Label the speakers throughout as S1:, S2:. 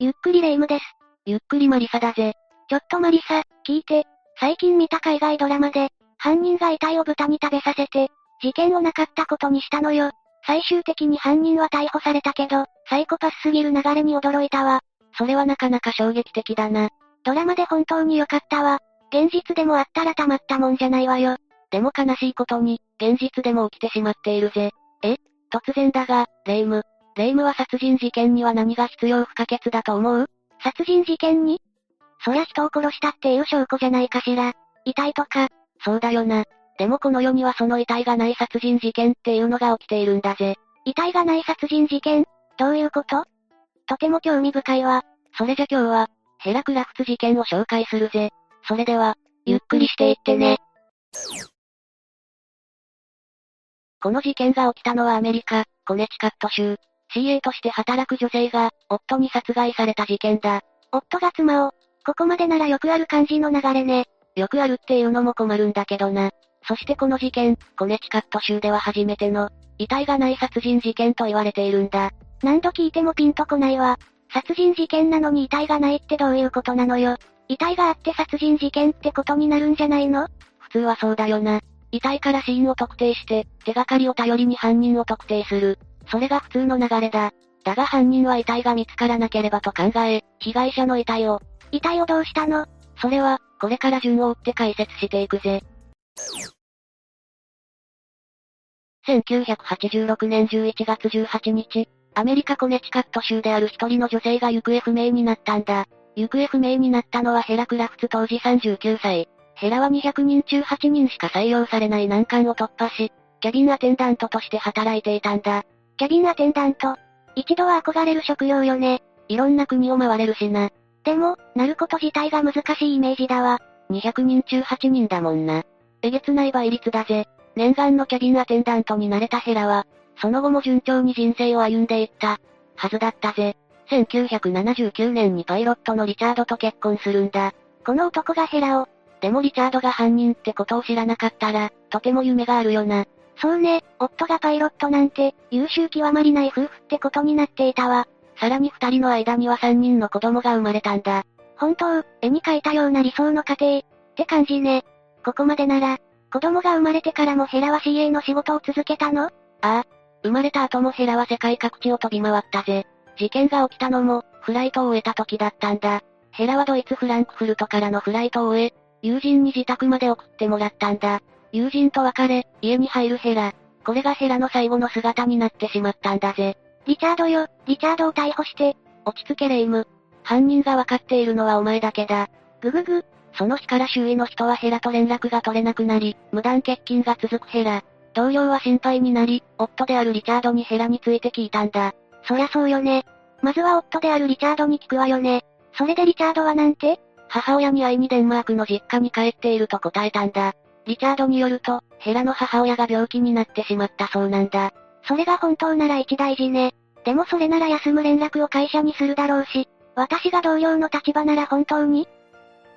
S1: ゆっくりレ夢ムです。
S2: ゆっくりマリサだぜ。
S1: ちょっとマリサ、聞いて。最近見た海外ドラマで、犯人が遺体を豚に食べさせて、事件をなかったことにしたのよ。最終的に犯人は逮捕されたけど、サイコパスすぎる流れに驚いたわ。
S2: それはなかなか衝撃的だな。
S1: ドラマで本当に良かったわ。現実でもあったらたまったもんじゃないわよ。
S2: でも悲しいことに、現実でも起きてしまっているぜ。え突然だが、レ夢ム。レ夢ムは殺人事件には何が必要不可欠だと思う
S1: 殺人事件にそりゃ人を殺したっていう証拠じゃないかしら。遺体とか、
S2: そうだよな。でもこの世にはその遺体がない殺人事件っていうのが起きているんだぜ。
S1: 遺体がない殺人事件どういうこととても興味深いわ。
S2: それじゃ今日は、ヘラクラフツ事件を紹介するぜ。それでは、ゆっくりしていってね。この事件が起きたのはアメリカ、コネチカット州。CA として働く女性が、夫に殺害された事件だ。
S1: 夫が妻を、ここまでならよくある感じの流れね。
S2: よくあるっていうのも困るんだけどな。そしてこの事件、コネチカット州では初めての、遺体がない殺人事件と言われているんだ。
S1: 何度聞いてもピンとこないわ。殺人事件なのに遺体がないってどういうことなのよ。遺体があって殺人事件ってことになるんじゃないの
S2: 普通はそうだよな。遺体から死因を特定して、手がかりを頼りに犯人を特定する。それが普通の流れだ。だが犯人は遺体が見つからなければと考え、被害者の遺体を。
S1: 遺体をどうしたの
S2: それは、これから順を追って解説していくぜ。1986年11月18日、アメリカコネチカット州である一人の女性が行方不明になったんだ。行方不明になったのはヘラクラフツ当時39歳。ヘラは200人中8人しか採用されない難関を突破し、キャビンアテンダントとして働いていたんだ。
S1: キャビンアテンダント。一度は憧れる職業よね。
S2: いろんな国を回れるしな。
S1: でも、なること自体が難しいイメージだわ。
S2: 200人中8人だもんな。えげつない倍率だぜ。念願のキャビンアテンダントになれたヘラは、その後も順調に人生を歩んでいった、はずだったぜ。1979年にパイロットのリチャードと結婚するんだ。
S1: この男がヘラを。
S2: でもリチャードが犯人ってことを知らなかったら、とても夢があるよな。
S1: そうね、夫がパイロットなんて、優秀極まりない夫婦ってことになっていたわ。
S2: さらに二人の間には三人の子供が生まれたんだ。
S1: 本当、絵に描いたような理想の家庭、って感じね。ここまでなら、子供が生まれてからもヘラは CA の仕事を続けたのあ
S2: あ。生まれた後もヘラは世界各地を飛び回ったぜ。事件が起きたのも、フライトを終えた時だったんだ。ヘラはドイツフランクフルトからのフライトを終え、友人に自宅まで送ってもらったんだ。友人と別れ、家に入るヘラ。これがヘラの最後の姿になってしまったんだぜ。
S1: リチャードよ、リチャードを逮捕して。
S2: 落ち着けレイム。犯人がわかっているのはお前だけだ。
S1: ぐぐぐ。
S2: その日から周囲の人はヘラと連絡が取れなくなり、無断欠勤が続くヘラ。同僚は心配になり、夫であるリチャードにヘラについて聞いたんだ。
S1: そりゃそうよね。まずは夫であるリチャードに聞くわよね。それでリチャードはなんて
S2: 母親に会いにデンマークの実家に帰っていると答えたんだ。リチャードによると、ヘラの母親が病気になってしまったそうなんだ。
S1: それが本当なら一大事ね。でもそれなら休む連絡を会社にするだろうし、私が同僚の立場なら本当に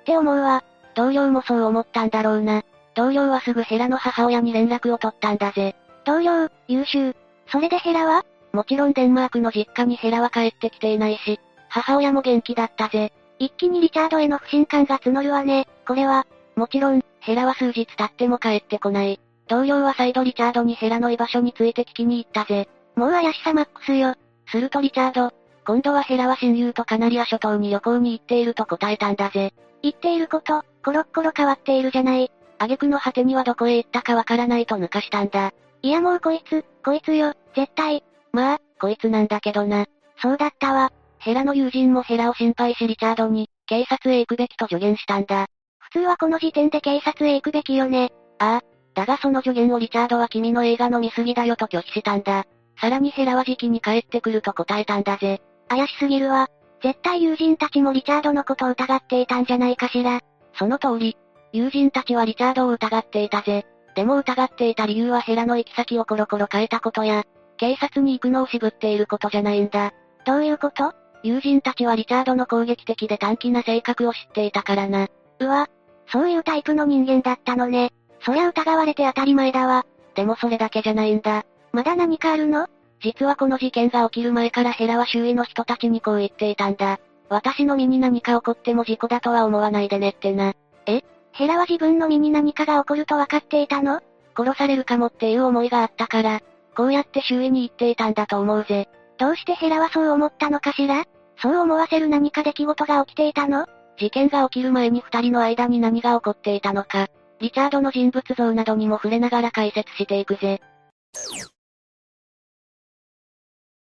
S1: って思うわ。
S2: 同僚もそう思ったんだろうな。同僚はすぐヘラの母親に連絡を取ったんだぜ。
S1: 同僚、優秀。それでヘラは
S2: もちろんデンマークの実家にヘラは帰ってきていないし、母親も元気だったぜ。
S1: 一気にリチャードへの不信感が募るわね、これは。
S2: もちろん、ヘラは数日経っても帰ってこない。同僚は再度リチャードにヘラの居場所について聞きに行ったぜ。
S1: もう怪しさマックスよ。
S2: するとリチャード、今度はヘラは親友とカナリア諸島に旅行に行っていると答えたんだぜ。
S1: 言っていること、コロッコロ変わっているじゃない。
S2: 挙句の果てにはどこへ行ったかわからないと抜かしたんだ。
S1: いやもうこいつ、こいつよ、絶対。
S2: まあ、こいつなんだけどな。
S1: そうだったわ。
S2: ヘラの友人もヘラを心配しリチャードに、警察へ行くべきと助言したんだ。
S1: 普通はこの時点で警察へ行くべきよね。
S2: ああ。だがその助言をリチャードは君の映画の見過ぎだよと拒否したんだ。さらにヘラは時期に帰ってくると答えたんだぜ。
S1: 怪しすぎるわ。絶対友人たちもリチャードのことを疑っていたんじゃないかしら。
S2: その通り。友人たちはリチャードを疑っていたぜ。でも疑っていた理由はヘラの行き先をコロコロ変えたことや、警察に行くのを渋っていることじゃないんだ。
S1: どういうこと
S2: 友人たちはリチャードの攻撃的で短気な性格を知っていたからな。
S1: うわ、そういうタイプの人間だったのね。そりゃ疑われて当たり前だわ。
S2: でもそれだけじゃないんだ。
S1: まだ何かあるの
S2: 実はこの事件が起きる前からヘラは周囲の人たちにこう言っていたんだ。私の身に何か起こっても事故だとは思わないでねってな。
S1: えヘラは自分の身に何かが起こると分かっていたの
S2: 殺されるかもっていう思いがあったから、こうやって周囲に言っていたんだと思うぜ。
S1: どうしてヘラはそう思ったのかしらそう思わせる何か出来事が起きていたの
S2: 事件が起きる前に二人の間に何が起こっていたのか、リチャードの人物像などにも触れながら解説していくぜ。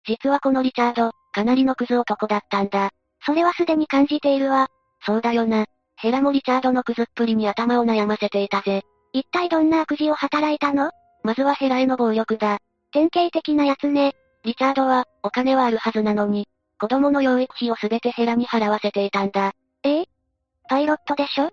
S2: 実はこのリチャード、かなりのクズ男だったんだ。
S1: それはすでに感じているわ。
S2: そうだよな。ヘラもリチャードのクズっぷりに頭を悩ませていたぜ。
S1: 一体どんな悪事を働いたの
S2: まずはヘラへの暴力だ。
S1: 典型的なやつね。
S2: リチャードは、お金はあるはずなのに、子供の養育費をすべてヘラに払わせていたんだ。
S1: ええパイロットでしょ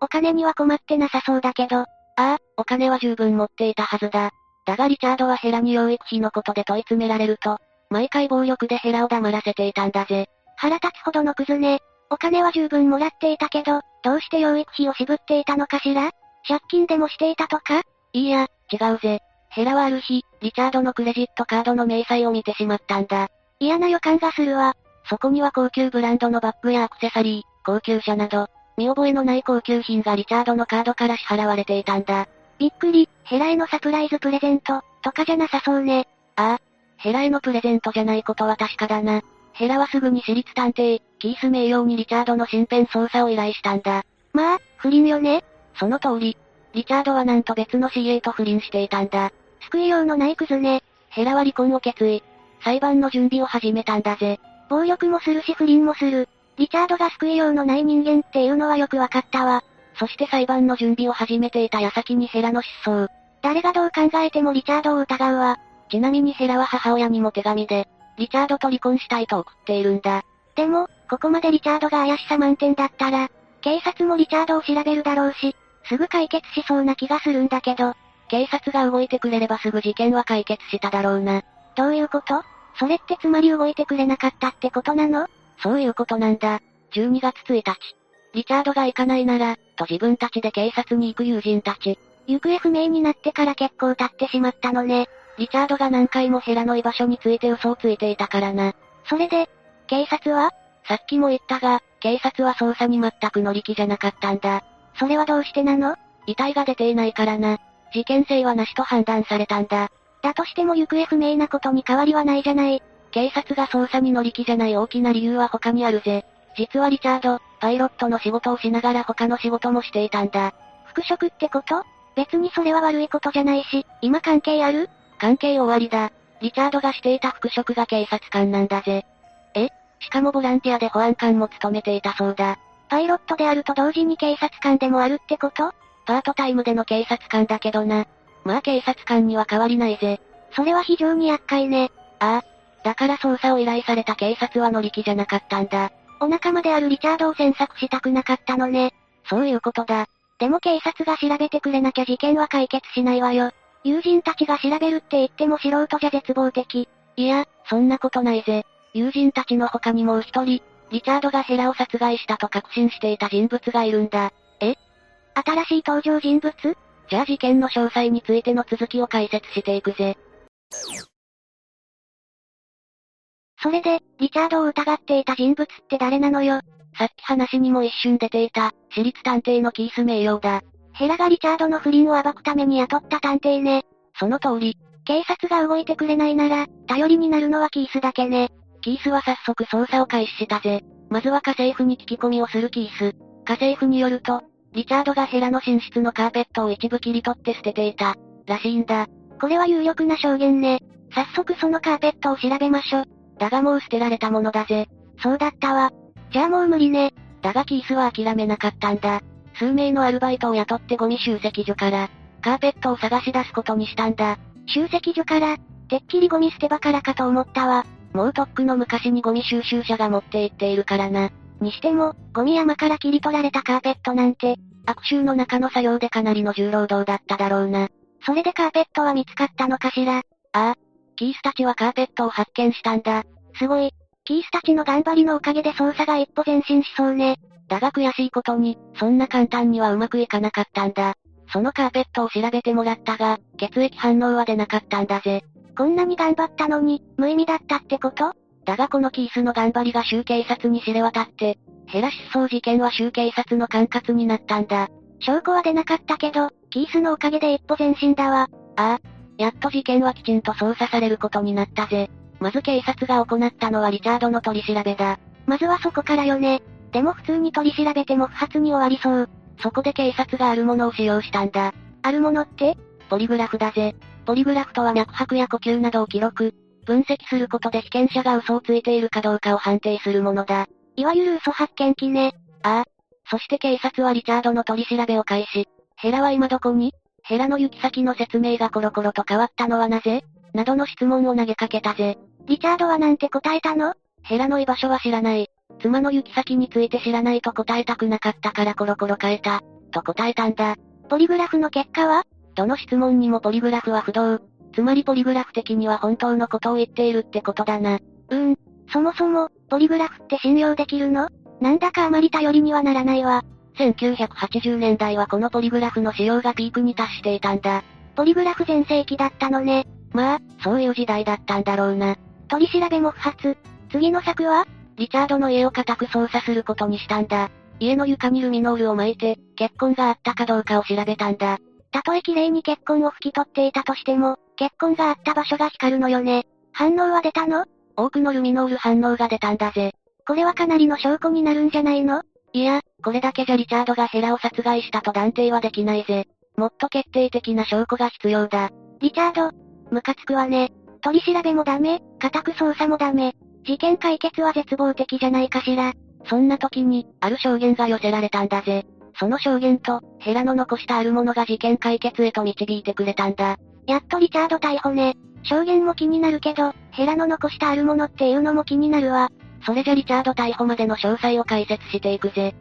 S1: お金には困ってなさそうだけど、あ
S2: あ、お金は十分持っていたはずだ。だがリチャードはヘラに養育費のことで問い詰められると、毎回暴力でヘラを黙らせていたんだぜ。
S1: 腹立つほどのクズね。お金は十分もらっていたけど、どうして養育費を渋っていたのかしら借金でもしていたとか
S2: いいや、違うぜ。ヘラはある日、リチャードのクレジットカードの明細を見てしまったんだ。
S1: 嫌な予感がするわ。
S2: そこには高級ブランドのバッグやアクセサリー、高級車など、見覚えのない高級品がリチャードのカードから支払われていたんだ。
S1: びっくり、ヘラへのサプライズプレゼント、とかじゃなさそうね。
S2: ああ、ヘラへのプレゼントじゃないことは確かだな。ヘラはすぐに私立探偵、キース名誉にリチャードの身辺捜査を依頼したんだ。
S1: まあ、不倫よね。
S2: その通り。リチャードはなんと別の CA と不倫していたんだ。
S1: 救いようのないクズね。
S2: ヘラは離婚を決意。裁判の準備を始めたんだぜ。
S1: 暴力もするし不倫もする。リチャードが救いようのない人間っていうのはよくわかったわ。
S2: そして裁判の準備を始めていた矢先にヘラの失踪。
S1: 誰がどう考えてもリチャードを疑うわ。
S2: ちなみにヘラは母親にも手紙で、リチャードと離婚したいと送っているんだ。
S1: でも、ここまでリチャードが怪しさ満点だったら、警察もリチャードを調べるだろうし、すぐ解決しそうな気がするんだけど、
S2: 警察が動いてくれればすぐ事件は解決しただろうな。
S1: どういうことそれってつまり動いてくれなかったってことなの
S2: そういうことなんだ。12月1日。リチャードが行かないなら、と自分たちで警察に行く友人たち。
S1: 行方不明になってから結構経ってしまったのね。
S2: リチャードが何回もヘラの居場所について嘘をついていたからな。
S1: それで、警察は
S2: さっきも言ったが、警察は捜査に全く乗り気じゃなかったんだ。
S1: それはどうしてなの
S2: 遺体が出ていないからな。事件性はなしと判断されたんだ。
S1: だとしても行方不明なことに変わりはないじゃない。
S2: 警察が捜査に乗り気じゃない大きな理由は他にあるぜ。実はリチャード、パイロットの仕事をしながら他の仕事もしていたんだ。
S1: 復職ってこと別にそれは悪いことじゃないし、今関係ある
S2: 関係終わりだ。リチャードがしていた復職が警察官なんだぜ。
S1: え
S2: しかもボランティアで保安官も務めていたそうだ。
S1: パイロットであると同時に警察官でもあるってこと
S2: パートタイムでの警察官だけどな。まあ警察官には変わりないぜ。
S1: それは非常に厄介ね。
S2: ああ。だから捜査を依頼された警察は乗り気じゃなかったんだ。
S1: お仲間であるリチャードを詮索したくなかったのね。
S2: そういうことだ。
S1: でも警察が調べてくれなきゃ事件は解決しないわよ。友人たちが調べるって言っても素人じゃ絶望的。
S2: いや、そんなことないぜ。友人たちの他にもう一人、リチャードがヘラを殺害したと確信していた人物がいるんだ。
S1: え新しい登場人物
S2: じゃあ事件の詳細についての続きを解説していくぜ。
S1: それで、リチャードを疑っていた人物って誰なのよ。
S2: さっき話にも一瞬出ていた、私立探偵のキース名誉だ。
S1: ヘラがリチャードの不倫を暴くために雇った探偵ね。
S2: その通り。
S1: 警察が動いてくれないなら、頼りになるのはキースだけね。
S2: キースは早速捜査を開始したぜ。まずは家政婦に聞き込みをするキース。家政婦によると、リチャードがヘラの寝室のカーペットを一部切り取って捨てていた、らしいんだ。
S1: これは有力な証言ね。早速そのカーペットを調べましょ。
S2: だがもう捨てられたものだぜ。
S1: そうだったわ。じゃあもう無理ね。
S2: だがキースは諦めなかったんだ。数名のアルバイトを雇ってゴミ集積所から、カーペットを探し出すことにしたんだ。
S1: 集積所から、てっきりゴミ捨て場からかと思ったわ。
S2: もうとっくの昔にゴミ収集車が持って行っているからな。
S1: にしても、ゴミ山から切り取られたカーペットなんて、
S2: 悪臭の中の作業でかなりの重労働だっただろうな。
S1: それでカーペットは見つかったのかしら。あ
S2: あ。キースたちはカーペットを発見したんだ。
S1: すごい。キースたちの頑張りのおかげで捜査が一歩前進しそうね。
S2: だが悔しいことに、そんな簡単にはうまくいかなかったんだ。そのカーペットを調べてもらったが、血液反応は出なかったんだぜ。
S1: こんなに頑張ったのに、無意味だったってこと
S2: だがこのキースの頑張りが州警察に知れ渡って、ヘラ失踪事件は州警察の管轄になったんだ。
S1: 証拠は出なかったけど、キースのおかげで一歩前進だわ。
S2: ああ、やっと事件はきちんと捜査されることになったぜ。まず警察が行ったのはリチャードの取り調べだ。
S1: まずはそこからよね。でも普通に取り調べても不発に終わりそう。
S2: そこで警察があるものを使用したんだ。
S1: あるものって
S2: ポリグラフだぜ。ポリグラフとは脈拍や呼吸などを記録、分析することで被験者が嘘をついているかどうかを判定するものだ。
S1: いわゆる嘘発見器ね。
S2: ああ。そして警察はリチャードの取り調べを開始。ヘラは今どこにヘラの行き先の説明がコロコロと変わったのはなぜなどの質問を投げかけたぜ。
S1: リチャードはなんて答えたの
S2: ヘラの居場所は知らない。妻の行き先について知らないと答えたくなかったからコロコロ変えた。と答えたんだ。
S1: ポリグラフの結果は
S2: どの質問にもポリグラフは不動。つまりポリグラフ的には本当のことを言っているってことだな。
S1: うん。そもそも、ポリグラフって信用できるのなんだかあまり頼りにはならないわ。
S2: 1980年代はこのポリグラフの使用がピークに達していたんだ。
S1: ポリグラフ全盛期だったのね。
S2: まあ、そういう時代だったんだろうな。
S1: 取り調べも不発。次の策は
S2: リチャードの家を固く捜査することにしたんだ。家の床にルミノールを巻いて、血痕があったかどうかを調べたんだ。
S1: たとえ綺麗に血痕を拭き取っていたとしても、血痕があった場所が光るのよね。反応は出たの
S2: 多くのルミノール反応が出たんだぜ。
S1: これはかなりの証拠になるんじゃないの
S2: いや、これだけじゃリチャードがヘラを殺害したと断定はできないぜ。もっと決定的な証拠が必要だ。
S1: リチャード、ムカつくわね。取り調べもダメ、家宅捜査もダメ。事件解決は絶望的じゃないかしら。
S2: そんな時に、ある証言が寄せられたんだぜ。その証言と、ヘラの残したあるものが事件解決へと導いてくれたんだ。
S1: やっとリチャード逮捕ね。証言も気になるけど、ヘラの残したあるものっていうのも気になるわ。
S2: それじゃリチャード逮捕までの詳細を解説していくぜ。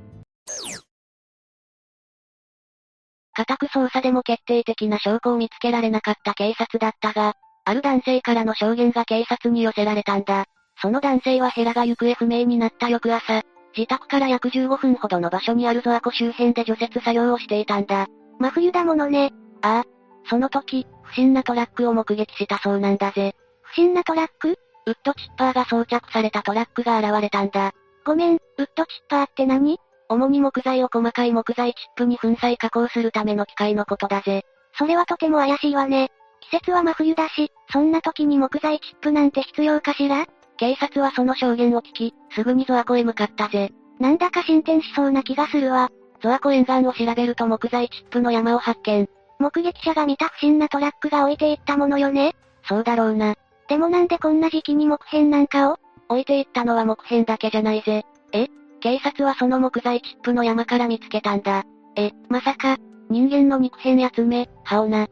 S2: 家宅捜査でも決定的な証拠を見つけられなかった警察だったが、ある男性からの証言が警察に寄せられたんだ。その男性はヘラが行方不明になった翌朝、自宅から約15分ほどの場所にあるゾア湖周辺で除雪作業をしていたんだ。
S1: 真冬だものね。
S2: ああ。その時、不審なトラックを目撃したそうなんだぜ。
S1: 不審なトラック
S2: ウッドチッパーが装着されたトラックが現れたんだ。
S1: ごめん、ウッドチッパーって何
S2: 主に木材を細かい木材チップに粉砕加工するための機械のことだぜ。
S1: それはとても怪しいわね。季節は真冬だし、そんな時に木材チップなんて必要かしら
S2: 警察はその証言を聞き、すぐにゾア湖へ向かったぜ。
S1: なんだか進展しそうな気がするわ。
S2: ゾア湖沿岸を調べると木材チップの山を発見。
S1: 目撃者が見た不審なトラックが置いていったものよね。
S2: そうだろうな。
S1: でもなんでこんな時期に木片なんかを
S2: 置いていったのは木片だけじゃないぜ。え警察はその木材チップの山から見つけたんだ。え、まさか、人間の肉片や爪、歯をな。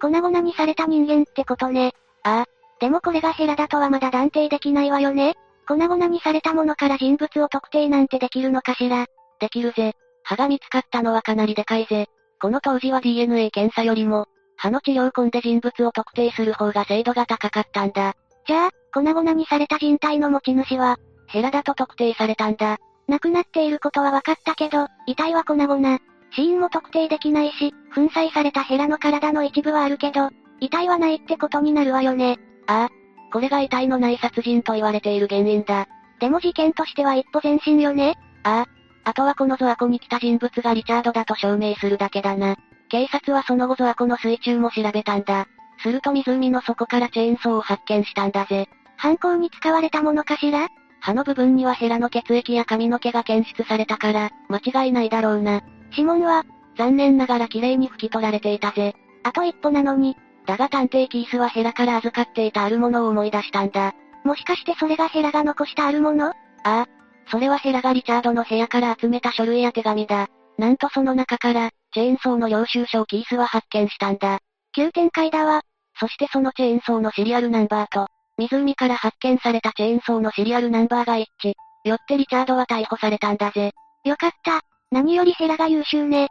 S1: 粉々にされた人間ってことね。
S2: ああ。
S1: でもこれがヘラだとはまだ断定できないわよね。粉々にされたものから人物を特定なんてできるのかしら。
S2: できるぜ。歯が見つかったのはかなりでかいぜ。この当時は DNA 検査よりも、歯の治療痕で人物を特定する方が精度が高かったんだ。
S1: じゃあ、粉々にされた人体の持ち主は、
S2: ヘラだと特定されたんだ。
S1: 亡くなっていることは分かったけど、遺体は粉々。死因も特定できないし、粉砕されたヘラの体の一部はあるけど、遺体はないってことになるわよね。
S2: ああ、これが遺体のない殺人と言われている原因だ。
S1: でも事件としては一歩前進よね。
S2: ああ、あとはこのゾア湖に来た人物がリチャードだと証明するだけだな。警察はその後ゾア湖の水中も調べたんだ。すると湖の底からチェーンソーを発見したんだぜ。
S1: 犯行に使われたものかしら
S2: 歯の部分にはヘラの血液や髪の毛が検出されたから、間違いないだろうな。
S1: 指紋は、
S2: 残念ながら綺麗に拭き取られていたぜ。
S1: あと一歩なのに、
S2: だが探偵キースはヘラから預かっていたあるものを思い出したんだ。
S1: もしかしてそれがヘラが残したあるものあ
S2: あ。それはヘラがリチャードの部屋から集めた書類や手紙だ。なんとその中から、チェーンソーの領収書をキースは発見したんだ。
S1: 急展開だわ。
S2: そしてそのチェーンソーのシリアルナンバーと、湖から発見されたチェーンソーのシリアルナンバーが一致。よってリチャードは逮捕されたんだぜ。
S1: よかった。何よりヘラが優秀ね。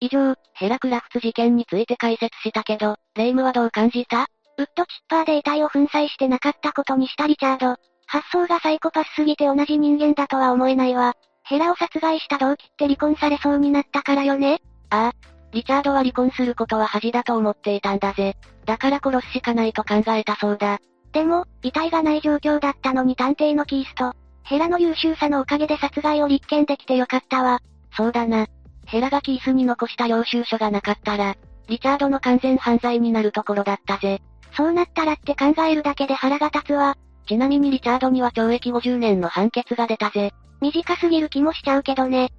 S2: 以上、ヘラクラフツ事件について解説したけど、霊夢はどう感じた
S1: ウッドチッパーで遺体を粉砕してなかったことにしたリチャード。発想がサイコパスすぎて同じ人間だとは思えないわ。ヘラを殺害した動機って離婚されそうになったからよね
S2: ああ。リチャードは離婚することは恥だと思っていたんだぜ。だから殺すしかないと考えたそうだ。
S1: でも、遺体がない状況だったのに探偵のキースト。ヘラの優秀さのおかげで殺害を立件できてよかったわ。
S2: そうだな。ヘラがキースに残した領収書がなかったら、リチャードの完全犯罪になるところだったぜ。
S1: そうなったらって考えるだけで腹が立つわ。
S2: ちなみにリチャードには懲役50年の判決が出たぜ。
S1: 短すぎる気もしちゃうけどね。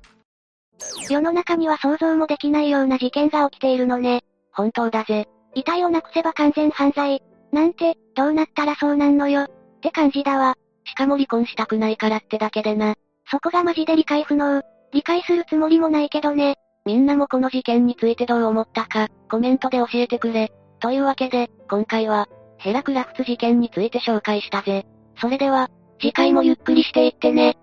S1: 世の中には想像もできないような事件が起きているのね。
S2: 本当だぜ。
S1: 遺体をなくせば完全犯罪。なんて、どうなったらそうなんのよ。って感じだわ。
S2: しかも離婚したくないからってだけでな。
S1: そこがマジで理解不能。理解するつもりもないけどね。
S2: みんなもこの事件についてどう思ったか、コメントで教えてくれ。というわけで、今回は、ヘラクラフツ事件について紹介したぜ。それでは、
S1: 次回もゆっくりしていってね。